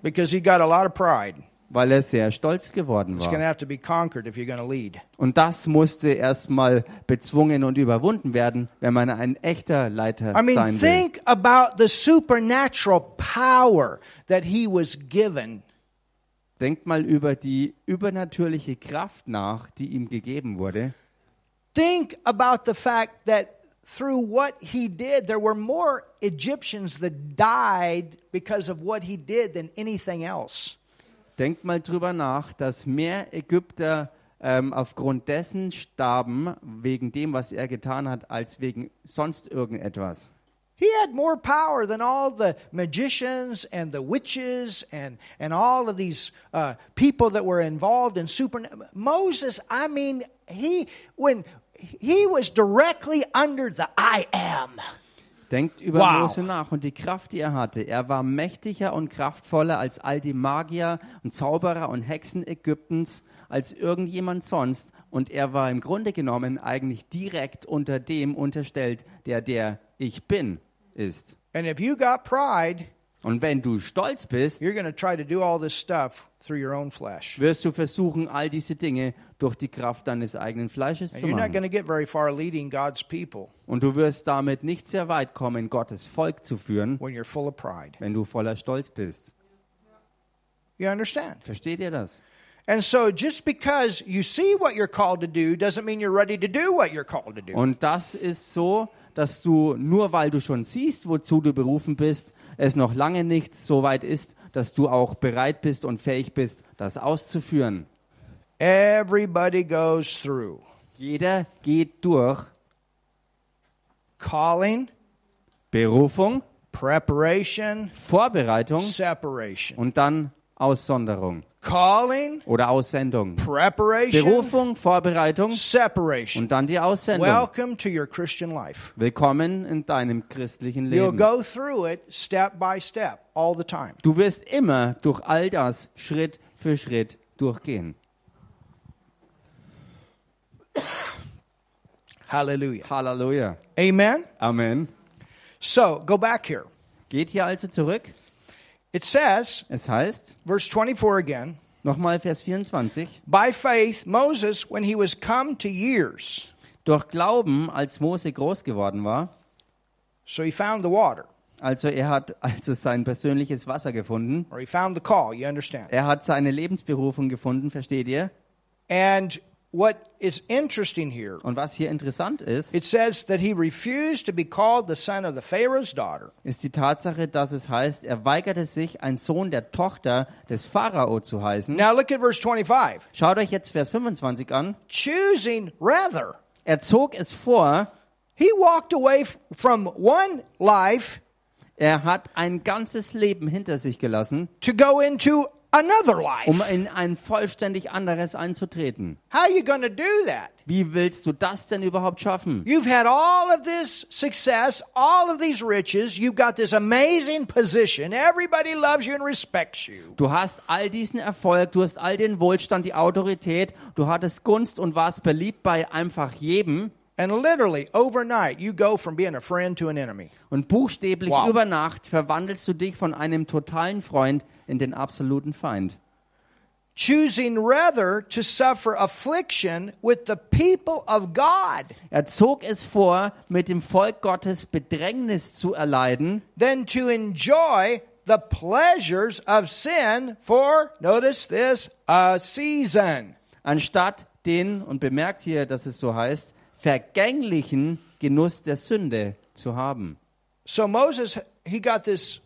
S2: because he got a lot of pride. It's
S1: weil er sehr stolz geworden
S2: going to
S1: war.
S2: have to be conquered if you're going to lead.
S1: Und das musste erstmal bezwungen und überwunden werden, wenn man ein echter Leiter
S2: I mean,
S1: sein will.
S2: think about the supernatural power that he was given
S1: Denkt mal über die übernatürliche Kraft nach, die ihm gegeben wurde.
S2: Think about the fact that through what he did, there were more Egyptians that died because of what he did than anything else.
S1: Denkt mal drüber nach, dass mehr Ägypter ähm, aufgrund dessen starben, wegen dem, was er getan hat, als wegen sonst irgendetwas.
S2: He had more power than all the magicians and the witches and, and all of these uh, people that were involved in super. Moses, I mean, he, when he was directly under the I am.
S1: Denkt über
S2: Wow.
S1: Mose nach und die Kraft, die er hatte. Er war mächtiger und kraftvoller als all die Magier und Zauberer und Hexen Ägyptens, als irgendjemand sonst. Und er war im Grunde genommen eigentlich direkt unter dem unterstellt, der der Ich bin ist.
S2: And if you got pride,
S1: Und wenn du stolz bist,
S2: you're going to try to do all this stuff through your own flesh.
S1: wirst du versuchen, all diese Dinge durch die Kraft deines eigenen Fleisches
S2: And
S1: zu
S2: you're not
S1: machen.
S2: going to get very far leading God's people
S1: Und du wirst damit nicht sehr weit kommen, Gottes Volk zu führen,
S2: when you're full of pride.
S1: wenn du voller Stolz bist.
S2: You understand?
S1: Versteht ihr das?
S2: And so just because you see what you're called to do doesn't mean you're ready to do what you're called to do.
S1: Und das ist so, dass du, nur weil du schon siehst, wozu du berufen bist, es noch lange nicht so weit ist, dass du auch bereit bist und fähig bist, das auszuführen.
S2: Everybody goes through
S1: Jeder geht durch
S2: calling,
S1: Berufung,
S2: preparation,
S1: Vorbereitung
S2: separation.
S1: und dann Aussonderung
S2: Calling,
S1: oder Aussendung.
S2: preparation,
S1: Berufung, Vorbereitung
S2: separation.
S1: und dann die Aussendung.
S2: Welcome to your Christian life.
S1: Willkommen in deinem christlichen
S2: You'll
S1: Leben.
S2: go through it step by step all the time.
S1: Du wirst immer durch all das Schritt für Schritt durchgehen.
S2: Hallelujah.
S1: Halleluja.
S2: Amen.
S1: Amen.
S2: So, go back here.
S1: Geht hier also zurück.
S2: It says,
S1: Es heißt,
S2: verse 24 again,
S1: nochmal Vers 24,
S2: By faith, Moses, when he was come to years,
S1: durch Glauben, als Mose groß geworden war,
S2: so he found the water.
S1: Also er hat also sein persönliches Wasser gefunden.
S2: or he found the call, you understand.
S1: Er hat seine Lebensberufung gefunden, versteht ihr?
S2: And what is interesting here,
S1: Und was hier interessant ist,
S2: it says that he refused to be called the son of the Pharaoh's daughter.
S1: ist die Tatsache, dass es heißt, er weigerte sich, ein Sohn der Tochter des Pharao zu heißen.
S2: Now look at verse 25.
S1: Schaut euch jetzt Vers 25 an.
S2: Choosing rather,
S1: Er zog es vor,
S2: he walked away f- from one life
S1: er hat ein ganzes Leben hinter sich gelassen,
S2: to go into another life.
S1: um in ein vollständig anderes einzutreten.
S2: How are you going to do that?
S1: Wie willst du das denn überhaupt schaffen?
S2: You've had all of this success, all of these riches. You've got this amazing position. Everybody loves you and respects you.
S1: Du hast all diesen Erfolg, du hast all den Wohlstand, die Autorität, du hattest Gunst und warst beliebt bei einfach jedem.
S2: And literally overnight, you go from being a friend to an enemy.
S1: Und buchstäblich
S2: Wow.
S1: über Nacht verwandelst du dich von einem totalen Freund in den absoluten Feind.
S2: Choosing rather to suffer affliction with the people of God
S1: Er zog es vor, mit dem Volk Gottes Bedrängnis zu erleiden,
S2: than to enjoy the pleasures of sin for, notice this, a season.
S1: anstatt den, und bemerkt hier, dass es so heißt, vergänglichen Genuss der Sünde zu haben.
S2: So Moses, he got this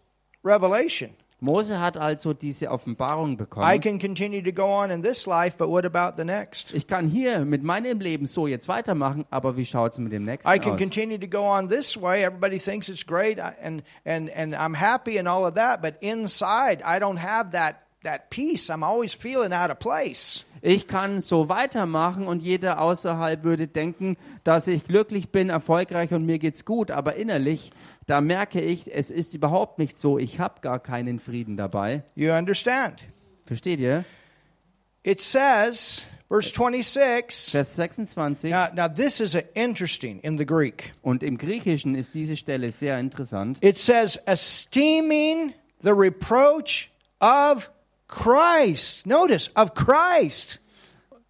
S2: revelation.
S1: Mose hat also diese Offenbarung bekommen.
S2: I can continue to go on in this life, but what about the next?
S1: Ich kann hier mit meinem Leben so jetzt weitermachen, aber wie schaut's mit dem nächsten
S2: I can
S1: aus?
S2: continue to go on this way. Everybody thinks it's great I- and, and, and I'm happy and all of that, but inside I don't have that, that peace. I'm always feeling out of place.
S1: Ich kann so weitermachen und jeder außerhalb würde denken, dass ich glücklich bin, erfolgreich und mir geht's gut, aber innerlich, da merke ich, es ist überhaupt nicht so, ich habe gar keinen Frieden dabei.
S2: You understand?
S1: Versteht ihr?
S2: It says, verse 26.
S1: Vers 26
S2: Now, now this is a interesting in the Greek.
S1: und im Griechischen ist diese Stelle sehr interessant.
S2: It says, esteeming the reproach of Christ. Notice, of Christ.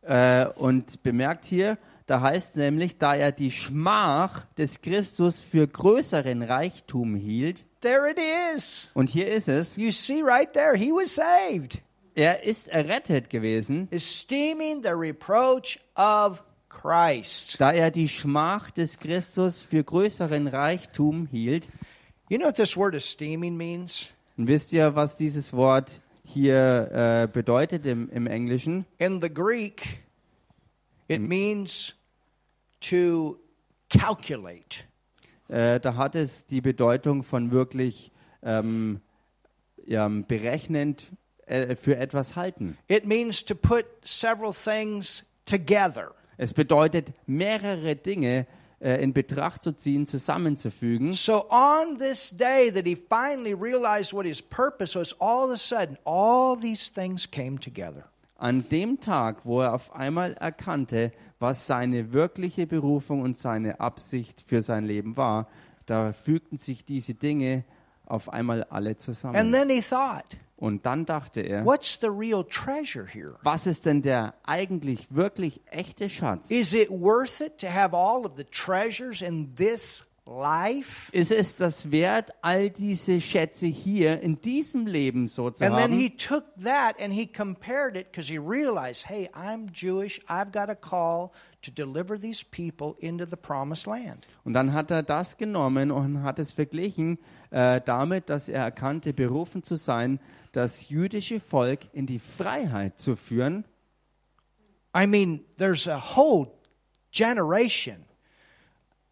S1: Äh, und bemerkt hier, da heißt nämlich, da er die Schmach des Christus für größeren Reichtum hielt,
S2: There it is.
S1: und hier ist es,
S2: You see right there, he was saved.
S1: Er ist errettet gewesen,
S2: Esteeming the reproach of Christ.
S1: da er die Schmach des Christus für größeren Reichtum hielt.
S2: You know what this word esteeming means?
S1: Und wisst ihr, was dieses Wort hier äh, bedeutet im, im Englischen?
S2: In the Greek, it means to calculate.
S1: Äh, da hat es die Bedeutung von wirklich ähm, ja, berechnend äh, für etwas halten.
S2: It means to put several things together.
S1: Es bedeutet, mehrere Dinge äh, in Betracht zu ziehen, zusammenzufügen.
S2: So on this day that he finally realized what his purpose was, all of a sudden, all these things came together.
S1: An dem Tag, wo er auf einmal erkannte, was seine wirkliche Berufung und seine Absicht für sein Leben war, da fügten sich diese Dinge auf einmal alle
S2: And
S1: zusammen.
S2: then he thought,
S1: Und dann dachte er,
S2: what's the real treasure here?
S1: was ist denn der eigentlich wirklich echte Schatz?
S2: Is it worth it to have all of the treasures in this life?
S1: Ist es das wert, all diese Schätze hier in diesem Leben so zu
S2: And then he
S1: haben?
S2: took that and he compared it because he realized, hey, I'm Jewish. I've got a call to deliver these people into the promised land.
S1: Und dann hat er das genommen und hat es verglichen äh, damit, dass er erkannte, berufen zu sein, das jüdische Volk in die Freiheit zu führen.
S2: I mean, there's a whole generation,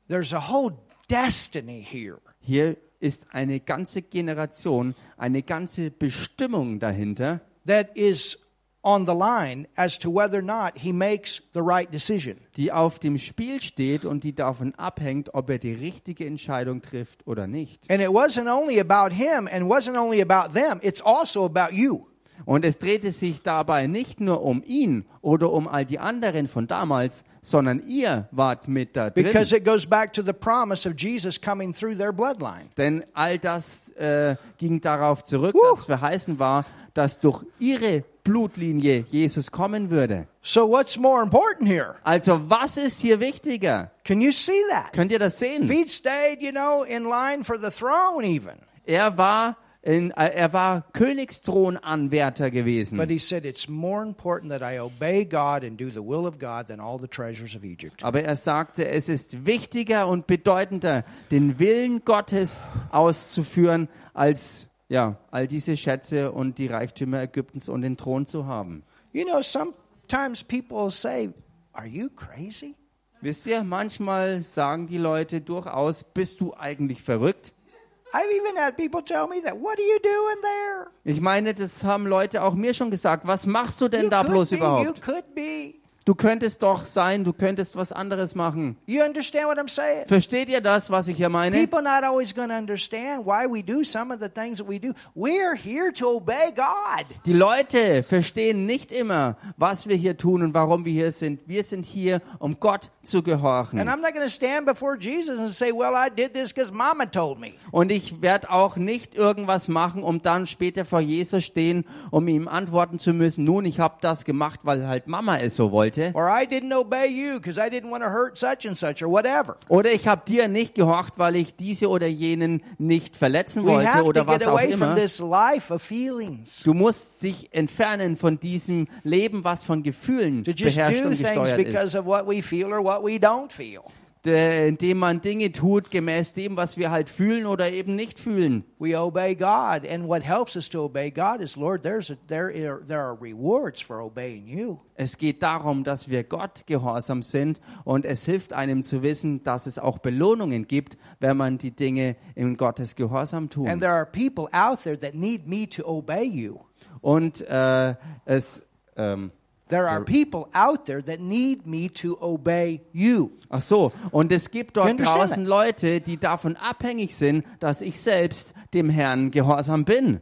S2: there's a whole destiny here.
S1: Hier ist eine ganze Generation, eine ganze Bestimmung dahinter,
S2: that is on the line as to whether or not he makes the right decision.
S1: die auf dem Spiel steht und die davon abhängt, ob er die richtige Entscheidung trifft oder nicht.
S2: And it wasn't only about him and wasn't only about them, it's also about you.
S1: Und es drehte sich dabei nicht nur um ihn oder um all die anderen von damals, sondern ihr wart mit da drin.
S2: Because it goes back to the promise of Jesus coming through their bloodline.
S1: Denn all das äh, ging darauf zurück,
S2: Huh.
S1: dass verheißen war, dass durch ihre Blutlinie Jesus kommen würde.
S2: So, what's more important here?
S1: Also was ist hier wichtiger?
S2: Can you see that?
S1: Könnt ihr das
S2: If
S1: sehen?
S2: he'd stayed, you know, in line for the throne, even.
S1: Er war, in, äh, er war Königsthronanwärter gewesen.
S2: But he said, It's more important that I obey God and do the will of God than all the treasures of Egypt.
S1: Aber er sagte, es ist wichtiger und bedeutender, den Willen Gottes auszuführen, als ja, all diese Schätze und die Reichtümer Ägyptens und den Thron zu haben.
S2: You know, sometimes people say, Are you crazy?
S1: Wisst ihr, manchmal sagen die Leute durchaus, bist du eigentlich verrückt?
S2: I've even had people tell me that, What are you doing there?
S1: Ich meine, das haben Leute auch mir schon gesagt. Was machst du denn
S2: You
S1: da
S2: could
S1: bloß
S2: be, you
S1: überhaupt?
S2: could be.
S1: Du könntest doch sein, du könntest was anderes machen.
S2: You understand what I'm saying?
S1: Versteht ihr das, was ich hier meine?
S2: People not always going to understand why we do some of the things that we do. We're here to obey God.
S1: Die Leute verstehen nicht immer, was wir hier tun und warum wir hier sind. Wir sind hier, um Gott zu
S2: And
S1: gehorchen.
S2: I'm not going to stand before Jesus and say, Well, I did this because mama told me.
S1: Und ich werde auch nicht irgendwas machen, um dann später vor Jesus stehen, um ihm antworten zu müssen, nun, ich habe das gemacht, weil halt Mama es so wollte.
S2: Or I didn't obey you because I didn't want to hurt such and such or whatever.
S1: Oder ich habe dir nicht gehorcht, weil ich diese oder jenen nicht verletzen
S2: We
S1: wollte
S2: have to
S1: oder was
S2: get
S1: auch
S2: away
S1: immer.
S2: from this life of feelings.
S1: Du musst dich entfernen von diesem Leben, was von Gefühlen
S2: To just
S1: beherrscht
S2: do
S1: und
S2: things
S1: gesteuert ist.
S2: because of what we feel or what we don't feel.
S1: äh, indem man Dinge tut gemäß dem, was wir halt fühlen oder eben nicht fühlen.
S2: We obey God, and what helps us to obey God is, Lord, there's a, there, are, there are rewards for obeying you.
S1: Es geht darum, dass wir Gott gehorsam sind und es hilft einem zu wissen, dass es auch Belohnungen gibt, wenn man die Dinge in Gottes Gehorsam
S2: And
S1: tut.
S2: there are people out there that need me to obey you.
S1: Und äh, es, ähm,
S2: There are people out there that need me to obey you.
S1: ach so, und es gibt
S2: You
S1: dort
S2: understand
S1: draußen Leute, die davon abhängig sind, dass ich selbst dem Herrn gehorsam bin.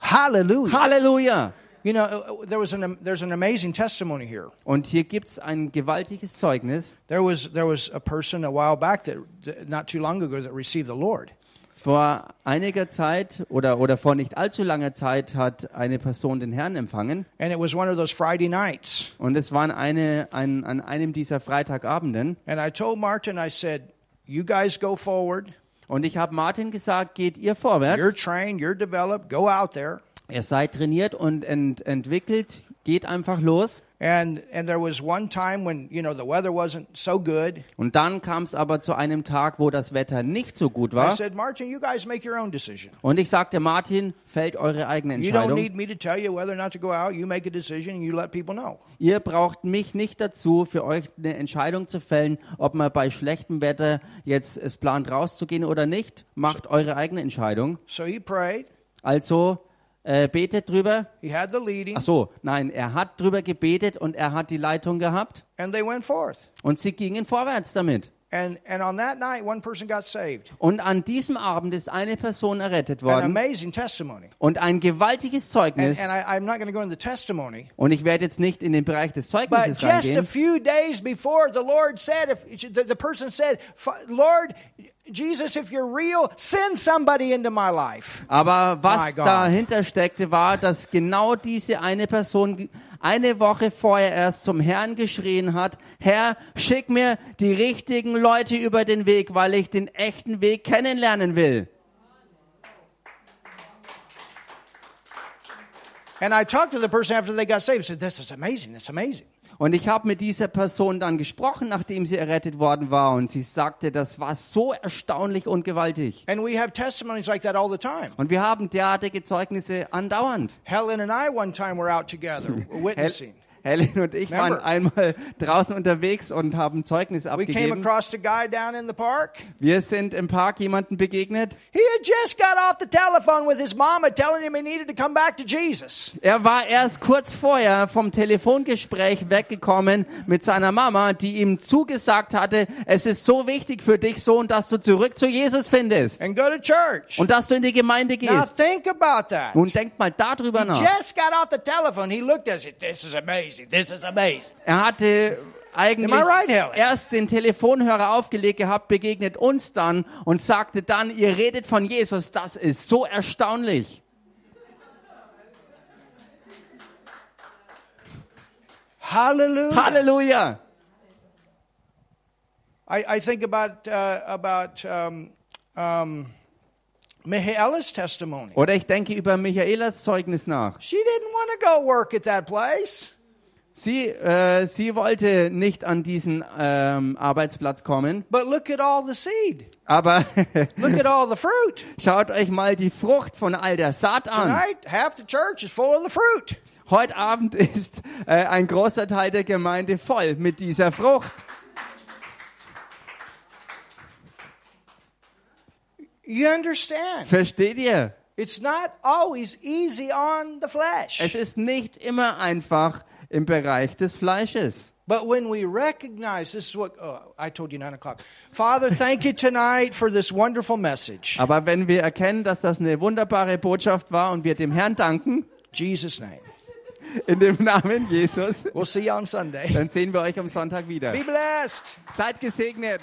S2: Hallelujah.
S1: Halleluja!
S2: You know, uh, there was an um, there's an amazing testimony here.
S1: Und hier gibt es ein gewaltiges Zeugnis.
S2: There was there was a person a while back that that not too long ago that received the Lord.
S1: Vor einiger Zeit oder, oder vor nicht allzu langer Zeit hat eine Person den Herrn empfangen
S2: And it was one of those Friday nights.
S1: und es waren eine, ein, an einem dieser Freitagabenden
S2: And I told Martin, I said, You guys go forward.
S1: und ich habe Martin gesagt, geht ihr
S2: You're
S1: vorwärts,
S2: trained, you're developed, go out there.
S1: ihr seid trainiert und ent, entwickelt, geht einfach los.
S2: And and there was one time when, you know, the weather wasn't so good.
S1: Und dann kam es aber zu einem Tag, wo das Wetter nicht so gut
S2: I
S1: war
S2: said, Martin, you guys make your own decision.
S1: und ich sagte, Martin, fällt eure eigene
S2: You don't
S1: Entscheidung.
S2: need me to tell you whether or not to go out. You make a decision and you let people know.
S1: Ihr braucht mich nicht dazu, für euch eine Entscheidung zu fällen, ob man bei schlechtem Wetter jetzt es plant, rauszugehen oder nicht. Macht eure eigene Entscheidung.
S2: So he prayed.
S1: Also äh, betet drüber.
S2: He had the leading,
S1: Ach so, nein, er hat drüber gebetet und er hat die Leitung gehabt
S2: and they went forth.
S1: und sie gingen vorwärts damit.
S2: And and on that night, one person got saved.
S1: Und an diesem Abend ist eine Person errettet
S2: An
S1: worden
S2: amazing testimony.
S1: und ein gewaltiges
S2: And,
S1: Zeugnis.
S2: and I, I'm not going to go into the testimony.
S1: Und ich werde jetzt nicht in den Bereich des
S2: But
S1: Zeugnisses
S2: just a
S1: reingehen.
S2: few days before, the Lord said, if, the, the person said, "F- Lord, Jesus, if you're real, send somebody into my life.
S1: Aber
S2: My
S1: was
S2: God.
S1: dahinter steckte, war, dass genau diese eine Person ge- eine Woche vorher erst zum Herrn geschrien hat, Herr, schick mir die richtigen Leute über den Weg, weil ich den echten Weg kennenlernen will.
S2: And I talked to the person after they got saved and said, This is amazing. That's amazing.
S1: Und ich habe mit dieser Person dann gesprochen, nachdem sie errettet worden war, und sie sagte, das war so erstaunlich und gewaltig.
S2: And we have testimonies like that all the time.
S1: Und wir haben derartige Zeugnisse andauernd.
S2: Helen and I, one time, were out together
S1: Hel
S2: witnessing.
S1: Helen und ich waren
S2: Remember.
S1: einmal draußen unterwegs und haben Zeugnis
S2: We came
S1: abgegeben.
S2: across a guy down in the park.
S1: Wir sind im Park jemandem begegnet.
S2: He had just got off the telephone with his mama telling him he needed to come back to Jesus.
S1: Er war erst kurz vorher vom Telefongespräch weggekommen mit seiner Mama, die ihm zugesagt hatte, es ist so wichtig für dich, Sohn, dass du zurück zu Jesus findest
S2: and go to church.
S1: und dass du in die Gemeinde
S2: Now
S1: gehst.
S2: think about that.
S1: Nun denk mal darüber nach.
S2: Just got off the telephone. He looked at us. This is amazing. This is amazing.
S1: Er hatte eigentlich
S2: Am I right, Helen?
S1: erst den Telefonhörer aufgelegt gehabt, begegnet uns dann und sagte dann, ihr redet von Jesus, das ist so erstaunlich.
S2: Hallelujah.
S1: Halleluja!
S2: I, I think about, uh, about um, um, Michaela's testimony.
S1: Oder ich denke über Michaelas Zeugnis nach.
S2: She didn't want to go work at that place.
S1: Sie, äh, sie wollte nicht an diesen ähm, Arbeitsplatz kommen,
S2: But look at all the seed.
S1: aber
S2: Look at all the fruit.
S1: schaut euch mal die Frucht von all der Saat an.
S2: Tonight, half the church is full of the fruit.
S1: Heute Abend ist äh, ein großer Teil der Gemeinde voll mit dieser Frucht.
S2: You understand?
S1: Versteht ihr?
S2: It's not always easy on the
S1: Es
S2: flesh.
S1: ist nicht immer einfach im Bereich des Fleisches.
S2: But when we recognize this is what oh, I told you nine o'clock. Father, thank you tonight for this wonderful message.
S1: Aber wenn wir erkennen, dass das eine wunderbare Botschaft war und wir dem Herrn danken,
S2: Jesus' name.
S1: in dem Namen Jesus,
S2: We'll see you on Sunday.
S1: dann sehen wir euch am Sonntag wieder.
S2: Be blessed.
S1: Seid gesegnet!